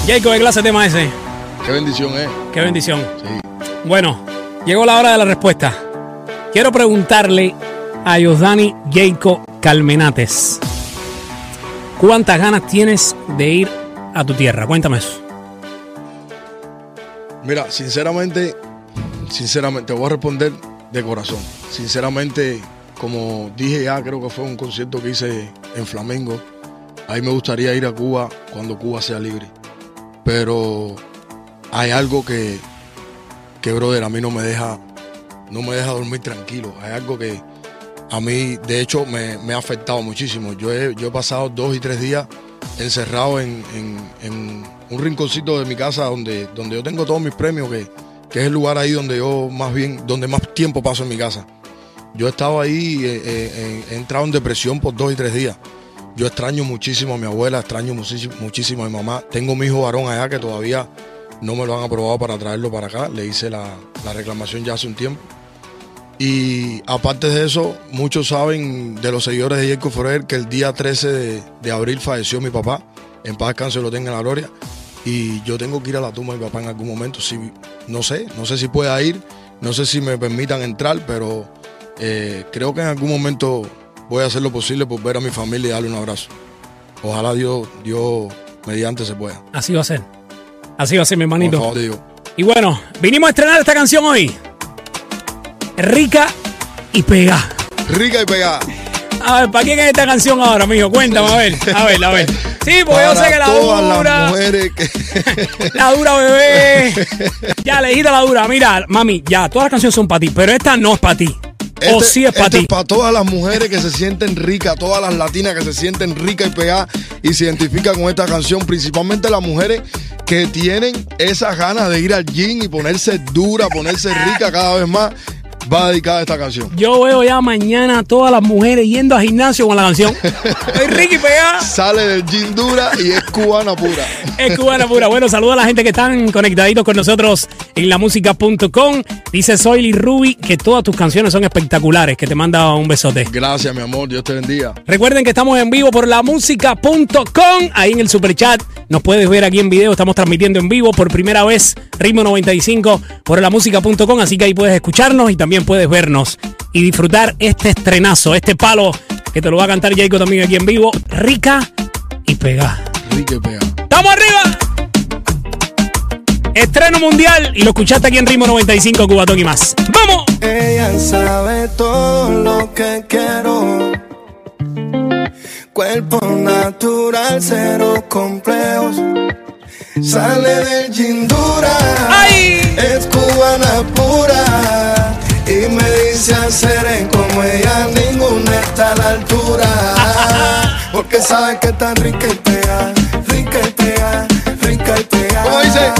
[SPEAKER 1] Jacob, ¿qué clase de tema ese?
[SPEAKER 8] Qué bendición es.
[SPEAKER 1] Qué bendición. Bueno, llegó la hora de la respuesta. Quiero preguntarle a Yosdani Jacob Calmenates. ¿Cuántas ganas tienes de ir a tu tierra? Cuéntame eso.
[SPEAKER 8] Mira, sinceramente, sinceramente, te voy a responder de corazón. Sinceramente, como dije ya, creo que fue un concierto que hice en Flamengo. Ahí me gustaría ir a Cuba cuando Cuba sea libre. Pero hay algo que, que brother, a mí no me deja, no me deja dormir tranquilo. Hay algo que a mí, de hecho, me, me ha afectado muchísimo. Yo he, yo he pasado dos y tres días encerrado en, en- en un rinconcito de mi casa donde, donde yo tengo todos mis premios, que, que es el lugar ahí donde yo más bien, donde más tiempo paso en mi casa. Yo he estado ahí, eh, eh, he entrado en depresión por dos y tres días. Yo extraño muchísimo a mi abuela, extraño muchísimo, muchísimo a mi mamá. Tengo mi hijo varón allá que todavía no me lo han aprobado para traerlo para acá. Le hice la, la reclamación ya hace un tiempo. Y aparte de eso, muchos saben de los seguidores de Jacob Forer que el día 13 de, de abril falleció mi papá. En paz descanse lo tenga en la gloria. Y yo tengo que ir a la tumba de mi papá en algún momento. Si, no sé, no sé si pueda ir, no sé si me permitan entrar, pero eh, creo que en algún momento voy a hacer lo posible por ver a mi familia y darle un abrazo. Ojalá Dios, Dios mediante se pueda.
[SPEAKER 1] Así va a ser. Así va a ser, mi hermanito.
[SPEAKER 8] Por favor, te digo.
[SPEAKER 1] Y bueno, vinimos a estrenar esta canción hoy. Rica y pega.
[SPEAKER 8] Rica y pegada.
[SPEAKER 1] A ver, ¿para quién es esta canción ahora, mijo? Cuéntame, a ver, a ver, a ver. Sí, porque yo
[SPEAKER 8] Para
[SPEAKER 1] sé que la
[SPEAKER 8] todas las
[SPEAKER 1] dura.
[SPEAKER 8] mujeres que-
[SPEAKER 1] La dura, bebé. Ya, lejita la dura. Mira, mami, ya, todas las canciones son para ti, pero esta no es para ti. o
[SPEAKER 8] Este-
[SPEAKER 1] Oh, sí es para
[SPEAKER 8] este
[SPEAKER 1] ti.
[SPEAKER 8] para todas las mujeres que se sienten ricas, todas las latinas que se sienten ricas y pegadas y se identifican con esta canción, principalmente las mujeres que tienen esas ganas de ir al gym y ponerse dura, ponerse rica cada vez más, va dedicada esta canción.
[SPEAKER 1] Yo veo ya mañana a todas las mujeres yendo al gimnasio con la canción. Estoy rica y pegada.
[SPEAKER 8] Sale del gym dura y es cubana pura.
[SPEAKER 1] Es cubana pura. Bueno, saludo a la gente que están conectaditos con nosotros en lamusica.com. Dice Soyli Ruby que todas tus canciones son espectaculares, que te manda un besote.
[SPEAKER 8] Gracias, mi amor. Dios te bendiga.
[SPEAKER 1] Recuerden que estamos en vivo por lamusica.com. Ahí en el superchat nos puedes ver aquí en video. Estamos transmitiendo en vivo por primera vez Ritmo 95 por lamusica.com. Así que ahí puedes escucharnos y también puedes vernos y disfrutar este estrenazo, este palo que te lo va a cantar Jaico también aquí en vivo. Rica y pegada.
[SPEAKER 8] Rica y pegada.
[SPEAKER 1] ¡Estamos arriba! Estreno mundial y lo escuchaste aquí en Ritmo 95, Cubatón y más. ¡Vamos!
[SPEAKER 6] Ella sabe todo lo que quiero. Cuerpo natural, cero complejos. Sale del gindura. Es
[SPEAKER 8] Ah.
[SPEAKER 6] cubana pura. Y me dice hacer como ella, ninguna está a la altura. Porque sabe que está rica y pega, rica y pega, rica y pega.
[SPEAKER 8] ¿Cómo dice?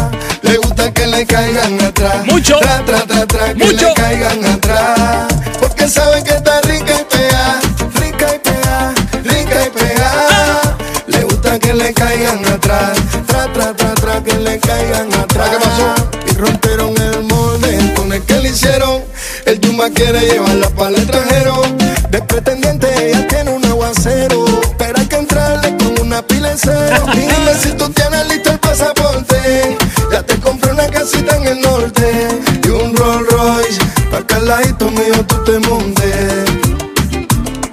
[SPEAKER 6] Le gusta que le caigan atrás.
[SPEAKER 1] Mucho.
[SPEAKER 6] Tra, tra, tra, tra, que
[SPEAKER 1] Mucho.
[SPEAKER 6] le caigan atrás. Porque saben que está rica y pegada, rica y pegada, rica y pegada. Le gusta que le caigan atrás. Tra, tra, tra, tra, que le caigan atrás.
[SPEAKER 8] ¿Qué pasó?
[SPEAKER 6] Y rompieron el molde con el que le hicieron. El Yuma quiere llevarla para el extranjero. De pretendiente ella tiene un aguacero. Pero hay que entrarle con una pila en cero. Y dime si tú tienes listo el pasaporte. Ya te compré una casita en el norte. Y un Rolls Royce. Pa' que al ladito mío tú te montes.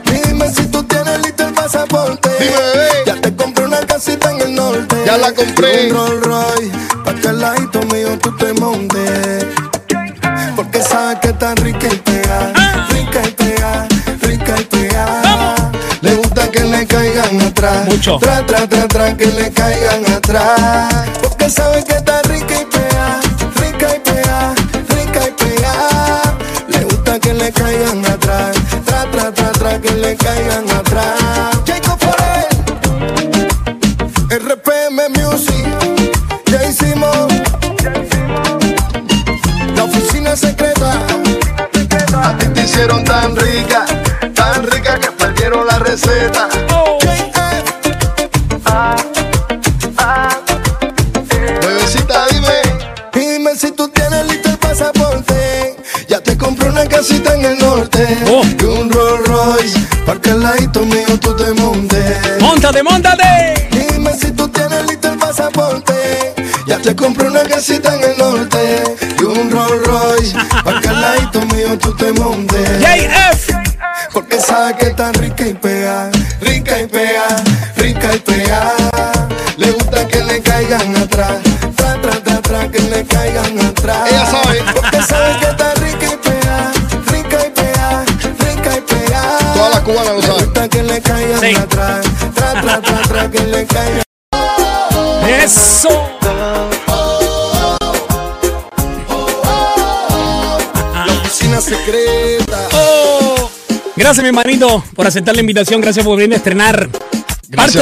[SPEAKER 6] Y dime si tú tienes listo el pasaporte.
[SPEAKER 8] Dime, bebé.
[SPEAKER 6] Ya te compré una casita en el norte.
[SPEAKER 8] Ya la compré.
[SPEAKER 6] Y Un Rolls Royce. Pa' que al ladito mío tú te montes. Porque sabes que está rica y pega, rica y pega, rica y pega. Le gusta que le caigan atrás.
[SPEAKER 1] Mucho.
[SPEAKER 6] Tra, tra, tra, tra, que le caigan atrás. Porque sabe que está rica y pega, rica y pega, rica y pega. Le gusta que le caigan atrás. Tra, tra, tra, tra, que le caigan atrás. Jacob Forel, RPM Music, ya hicimos. La oficina. rica, tan rica que perdieron la receta. ¿Quién es? Bebecita, dime. Dime si tú tienes listo el pasaporte. Ya te compré una casita en el norte. Y un Rolls Royce, para que al ladito mío tú te montes.
[SPEAKER 1] ¡Móntate, móntate!
[SPEAKER 6] Dime si tú tienes listo el pasaporte. Ya te compré una casita en el norte. Y un Rolls Royce, para que al ladito mío tú te montes.
[SPEAKER 1] JF.
[SPEAKER 6] Porque sabe que está rica y pega, rica y pega, rica y pega. Le gusta que le caigan atrás, tra, tra, tra, tra, que le caigan atrás.
[SPEAKER 8] Ella sabe.
[SPEAKER 6] Porque sabe que está rica y pega, rica y pega, rica y pega.
[SPEAKER 8] Todas las cubanas lo
[SPEAKER 6] Le
[SPEAKER 8] saben.
[SPEAKER 6] gusta que le caigan
[SPEAKER 1] Sí.
[SPEAKER 6] atrás, tra, tra, tra, tra, que le caigan
[SPEAKER 1] Eso. Oh.
[SPEAKER 6] Cocina secreta.
[SPEAKER 1] Gracias, mi hermanito, por aceptar la invitación. Gracias por venir a estrenar.
[SPEAKER 8] Gracias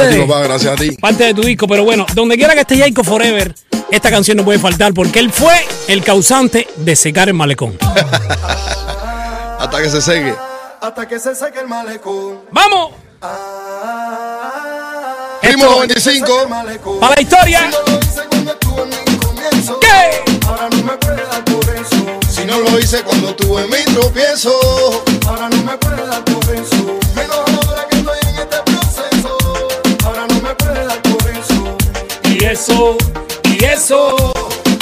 [SPEAKER 1] parte
[SPEAKER 8] a ti,
[SPEAKER 1] de-
[SPEAKER 8] papá, gracias a ti.
[SPEAKER 1] parte de tu disco, pero bueno, donde quiera que esté Jaico Forever, esta canción no puede faltar porque él fue el causante de secar el malecón.
[SPEAKER 8] Hasta que se seque.
[SPEAKER 6] Hasta que se seque el malecón.
[SPEAKER 1] ¡Vamos!
[SPEAKER 6] Ah,
[SPEAKER 8] Primo
[SPEAKER 1] Esto-
[SPEAKER 8] 95.
[SPEAKER 6] malecón.
[SPEAKER 1] ¡Para la historia!
[SPEAKER 6] Si no lo hice cuando estuve en mi comienzo,
[SPEAKER 1] ¿Qué?
[SPEAKER 6] Ahora no me puede dar por eso.
[SPEAKER 8] Si no lo hice cuando tuve mi tropiezo.
[SPEAKER 6] Ahora no me puede dar por eso. Menos ahora que estoy en este proceso. Ahora no me puede dar por eso.
[SPEAKER 1] Y eso, y eso.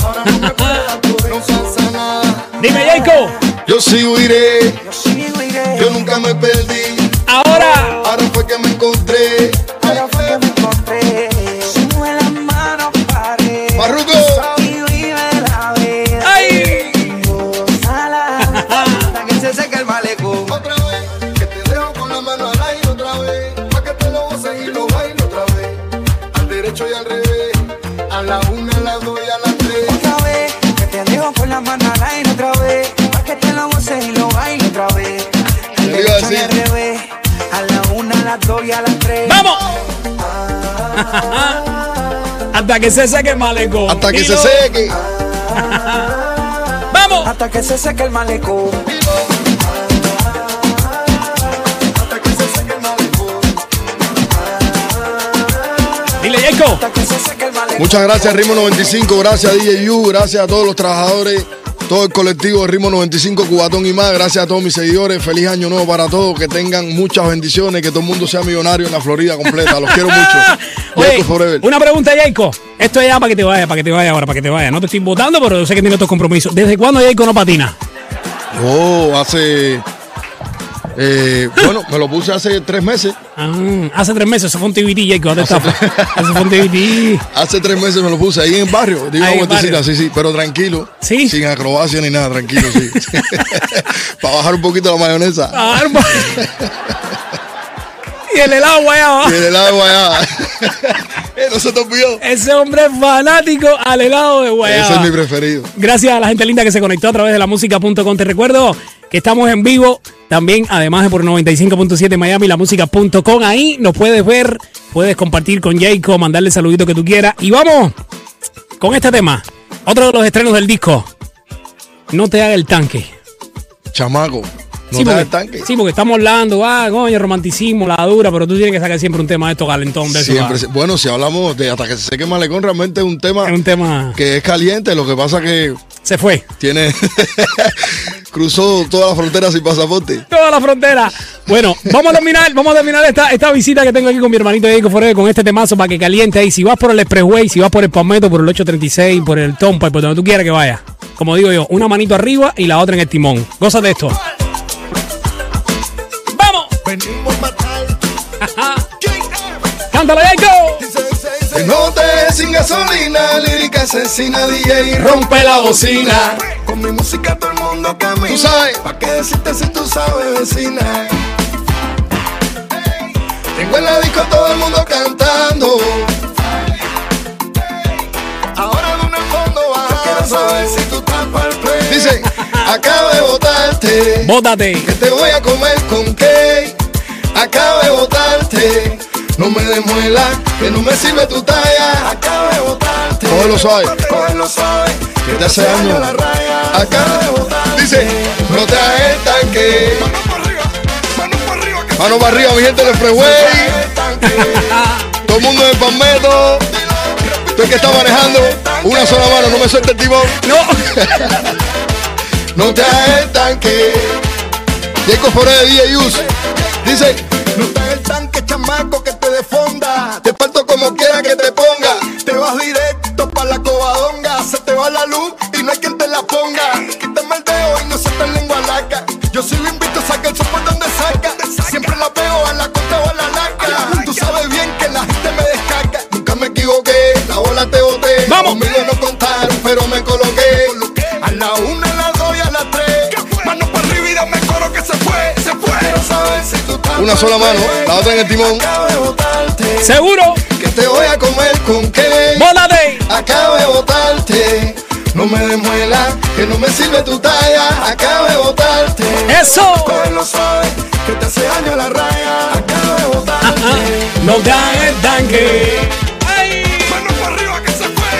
[SPEAKER 6] Ahora no me puede dar por eso. No pasa nada.
[SPEAKER 1] Dime, Jaico,
[SPEAKER 8] Yo sigo iré,
[SPEAKER 6] Yo sigo iré.
[SPEAKER 8] yo nunca me perdí.
[SPEAKER 1] ahora.
[SPEAKER 8] Ahora fue que me encontré.
[SPEAKER 6] Allá fue que me encontré. Sube las manos, pare.
[SPEAKER 8] Marruco.
[SPEAKER 6] Y vive la vida.
[SPEAKER 1] ¡Ay!
[SPEAKER 6] Sala. Hasta que se seque el malecón. Otra vez. Que te dejo con la mano al aire otra vez. Pa' que te lo goces y lo baile otra vez. Al derecho y al revés. A la una, a las dos y a las tres.
[SPEAKER 14] otra vez. Que te dejo con la mano al aire otra vez. Pa' que te lo goces y lo baile otra vez. Al
[SPEAKER 8] Yo le iba a
[SPEAKER 14] derecho y al
[SPEAKER 8] decir.
[SPEAKER 14] revés. A la una, a las dos y a las tres.
[SPEAKER 1] ¡Vamos! Hasta que se seque el malecón.
[SPEAKER 8] Hasta que se
[SPEAKER 1] Dilo.
[SPEAKER 8] seque.
[SPEAKER 1] ¡Vamos!
[SPEAKER 14] Hasta que se seque el malecón.
[SPEAKER 6] Hasta que se seque el malecón.
[SPEAKER 1] Dile, Jaico.
[SPEAKER 14] Hasta que se seque el malecón.
[SPEAKER 8] Muchas gracias, Ritmo 95. Gracias, DJU. Gracias a todos los trabajadores, todo el colectivo de Ritmo 95, Cubatón y más. Gracias a todos mis seguidores. Feliz año nuevo para todos. Que tengan muchas bendiciones. Que todo el mundo sea millonario en la Florida completa. Los quiero mucho.
[SPEAKER 1] Ah, Oye,
[SPEAKER 8] Yaico forever.
[SPEAKER 1] una pregunta, Jaico. Esto es ya para que te vaya, para que te vaya ahora, para que te vaya. No te estoy votando, pero yo sé que tienes otros compromisos. ¿Desde cuándo Jaico no patina?
[SPEAKER 8] Oh, hace. eh, bueno, me lo puse hace tres meses.
[SPEAKER 1] Ah, hace tres meses, eso fue un TBT, Jaico. ¿Dónde está? Eso fue un TBT.
[SPEAKER 8] Hace tres meses me lo puse ahí en el barrio. Di una
[SPEAKER 1] Ahí en el
[SPEAKER 8] vueltecita,
[SPEAKER 1] barrio.
[SPEAKER 8] sí, sí, pero tranquilo.
[SPEAKER 1] ¿Sí?
[SPEAKER 8] Sin acrobacia ni nada, tranquilo, sí. Para bajar un poquito la mayonesa.
[SPEAKER 1] Ah, hermano. y el helado guayaba.
[SPEAKER 8] Y en el agua allá. Eh, no se te olvidó.
[SPEAKER 1] Ese hombre es fanático al helado de guayaba.
[SPEAKER 8] Ese es mi preferido.
[SPEAKER 1] Gracias a la gente linda que se conectó a través de la música.com. Te recuerdo que estamos en vivo también, además de por 95.7 Miami, la música.com. Ahí nos puedes ver, puedes compartir con Jacob, mandarle el saludito que tú quieras. Y vamos con este tema. Otro de los estrenos del disco. No te haga el tanque.
[SPEAKER 8] Chamaco.
[SPEAKER 1] Sí,
[SPEAKER 8] No te
[SPEAKER 1] porque-
[SPEAKER 8] hagas tanque.
[SPEAKER 1] Sí, porque estamos hablando, ah, coño, romanticismo, la dura, pero tú tienes que sacar siempre un tema de esto calentón de eso,
[SPEAKER 8] Siempre.
[SPEAKER 1] ah.
[SPEAKER 8] se- Bueno, si hablamos de hasta que se seque malecón, realmente es un tema
[SPEAKER 1] Es un tema.
[SPEAKER 8] que es caliente. Lo que pasa que
[SPEAKER 1] Se fue.
[SPEAKER 8] tiene. cruzó todas las fronteras sin pasaporte.
[SPEAKER 1] Toda la frontera. Bueno, vamos a terminar, vamos a terminar esta, esta visita que tengo aquí con mi hermanito Diego Forever con este temazo para que caliente ahí. Si vas por el expressway, si vas por el Palmetto, por el 836, por el Tompa, por donde tú quieras que vayas. Como digo yo, una manito arriba y la otra en el timón. Goza de esto. ¡Vamos!
[SPEAKER 6] Venimos a matar.
[SPEAKER 1] ¡Cántalo, Diego!
[SPEAKER 8] El norte sin gasolina, lírica asesina, DJ
[SPEAKER 1] Rompe la bocina.
[SPEAKER 6] Con mi música todo el mundo
[SPEAKER 8] Tú
[SPEAKER 6] camina.
[SPEAKER 8] sabes,
[SPEAKER 6] ¿Para qué decirte si tú sabes, vecina?
[SPEAKER 8] tengo en la disco todo el mundo cantando.
[SPEAKER 6] Ahora de una fondo bajando. Quiero saber si tú estás pa'l play.
[SPEAKER 8] Dice, acabo de votarte,
[SPEAKER 1] Bótate.
[SPEAKER 8] que te voy a comer con cake. Acabo de votarte, no me demuela, que no me sirve tu talla.
[SPEAKER 6] Acabo de botarte.
[SPEAKER 8] Todo lo sabe.
[SPEAKER 6] Todo lo sabe.
[SPEAKER 8] Que te hace daño.
[SPEAKER 6] la raya.
[SPEAKER 14] Ah.
[SPEAKER 8] Acabo de votarte, dice, no te hagas el tanque.
[SPEAKER 6] Vamos por arriba. Mano para arriba, mi gente del freeway. Todo el mundo en el palmeto. Tú el que está manejando. Una sola mano, no me suelte el timón. No. no te hagas el tanque. Jacob Forever de DJ Use. Dice.
[SPEAKER 8] No te hagas el tanque, chamaco, que te defonda. Te parto como quiera que te ponga. Te vas directo para la cobadonga. Se te va la luz y no hay quien te la ponga. Quítame el dedo y no se te lengua laca. Yo sí lo invito, saca el soporte donde saca. Siempre la pego a la costa o a la laca. Tú sabes bien que la gente me descarga. Nunca me equivoqué, la bola te boté. Vamos. Conmigo no contaron, pero me coloqué. A la una, a la dos y a las tres. Mano para arriba y dame coro que se fue, se fue. Quiero saber si tú estás
[SPEAKER 6] Una sola mano, la otra en el timón.
[SPEAKER 1] Seguro.
[SPEAKER 8] Que te voy a comer con qué.
[SPEAKER 1] Mónate.
[SPEAKER 8] Acabo de botarte. No me demuela, que no me sirve tu talla. Acabo de botarte.
[SPEAKER 1] Eso.
[SPEAKER 8] Cógelo suave, que te hace daño la raya. Acabo de botarte.
[SPEAKER 1] No te hagas el tanque.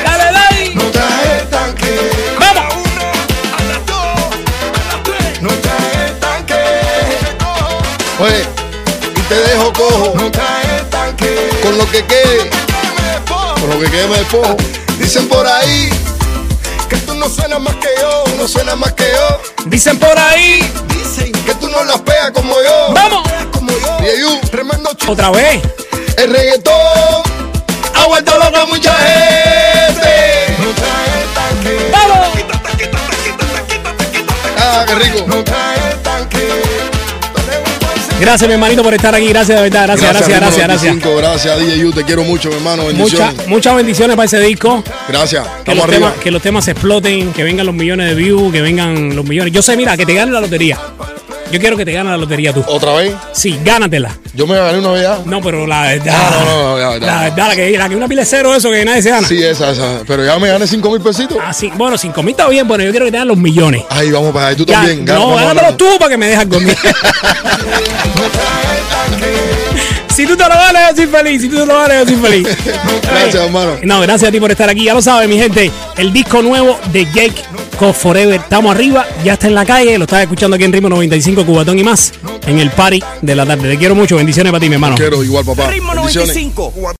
[SPEAKER 1] Dale, dale.
[SPEAKER 8] No te hagas el tanque.
[SPEAKER 1] Vamos.
[SPEAKER 8] No te hagas el tanque.
[SPEAKER 6] Oye, y te dejo cojo.
[SPEAKER 8] No te hagas el tanque.
[SPEAKER 6] Con lo que quede,
[SPEAKER 8] Me despojo.
[SPEAKER 6] con lo que quede me despojo.
[SPEAKER 8] Dicen por ahí que tú no suenas más que yo, no suenas más que yo.
[SPEAKER 1] Dicen por ahí.
[SPEAKER 8] Dicen que tú no las pegas como yo.
[SPEAKER 1] Vamos.
[SPEAKER 8] Como yo.
[SPEAKER 6] Y you,
[SPEAKER 8] Tremendo ch-
[SPEAKER 1] Otra vez.
[SPEAKER 8] El reggaetón ha vuelto loca a mucha gente. No trae el tanque.
[SPEAKER 1] Vamos.
[SPEAKER 6] ah, qué rico.
[SPEAKER 8] No trae el tanque.
[SPEAKER 1] Gracias, mi hermanito, por estar aquí. Gracias, de verdad. Gracias, gracias, gracias, gracias.
[SPEAKER 6] Ritmo 95, gracias, DJ Yu, te quiero mucho, mi hermano.
[SPEAKER 1] Muchas
[SPEAKER 6] Bendiciones.
[SPEAKER 1] muchas bendiciones para ese disco.
[SPEAKER 6] Gracias.
[SPEAKER 1] Que
[SPEAKER 6] Estamos
[SPEAKER 1] los,
[SPEAKER 6] arriba.
[SPEAKER 1] temas, que los temas se exploten, que vengan los millones de views, que vengan los millones. Yo sé, mira, que te gane la lotería. Yo quiero que te gane la lotería tú.
[SPEAKER 6] Otra vez.
[SPEAKER 1] Sí, gánatela.
[SPEAKER 6] Yo me gané una vez ya.
[SPEAKER 1] No, pero la verdad.
[SPEAKER 6] Ah, No, no, no, ya, ya.
[SPEAKER 1] La verdad, la que, la que una pila de cero, eso que nadie se gana.
[SPEAKER 6] Sí, esa, esa. Pero ya me gané 5 mil pesitos.
[SPEAKER 1] Ah, sí. Bueno, 5 mil está bien, bueno, yo quiero que te ganen los millones.
[SPEAKER 6] Ahí vamos para allá. Y tú
[SPEAKER 1] Ya,
[SPEAKER 6] también. Gana,
[SPEAKER 1] no,
[SPEAKER 6] vamos a
[SPEAKER 1] gánatelo
[SPEAKER 6] ganar.
[SPEAKER 1] tú para que me dejas conmigo. si tú te lo ganas, yo soy feliz. Si tú te lo ganas, yo soy feliz. Eh,
[SPEAKER 6] Gracias, hermano.
[SPEAKER 1] No, gracias a ti por estar aquí. Ya lo saben, mi gente. El disco nuevo de Jake Co Forever. Estamos arriba, ya está en la calle. Lo estás escuchando aquí en Ritmo 95, Cubatón y más. En el party de la tarde. Te quiero mucho. Bendiciones para ti, mi hermano.
[SPEAKER 6] Quiero igual, papá.
[SPEAKER 15] Ritmo
[SPEAKER 6] Bendiciones.
[SPEAKER 15] 95.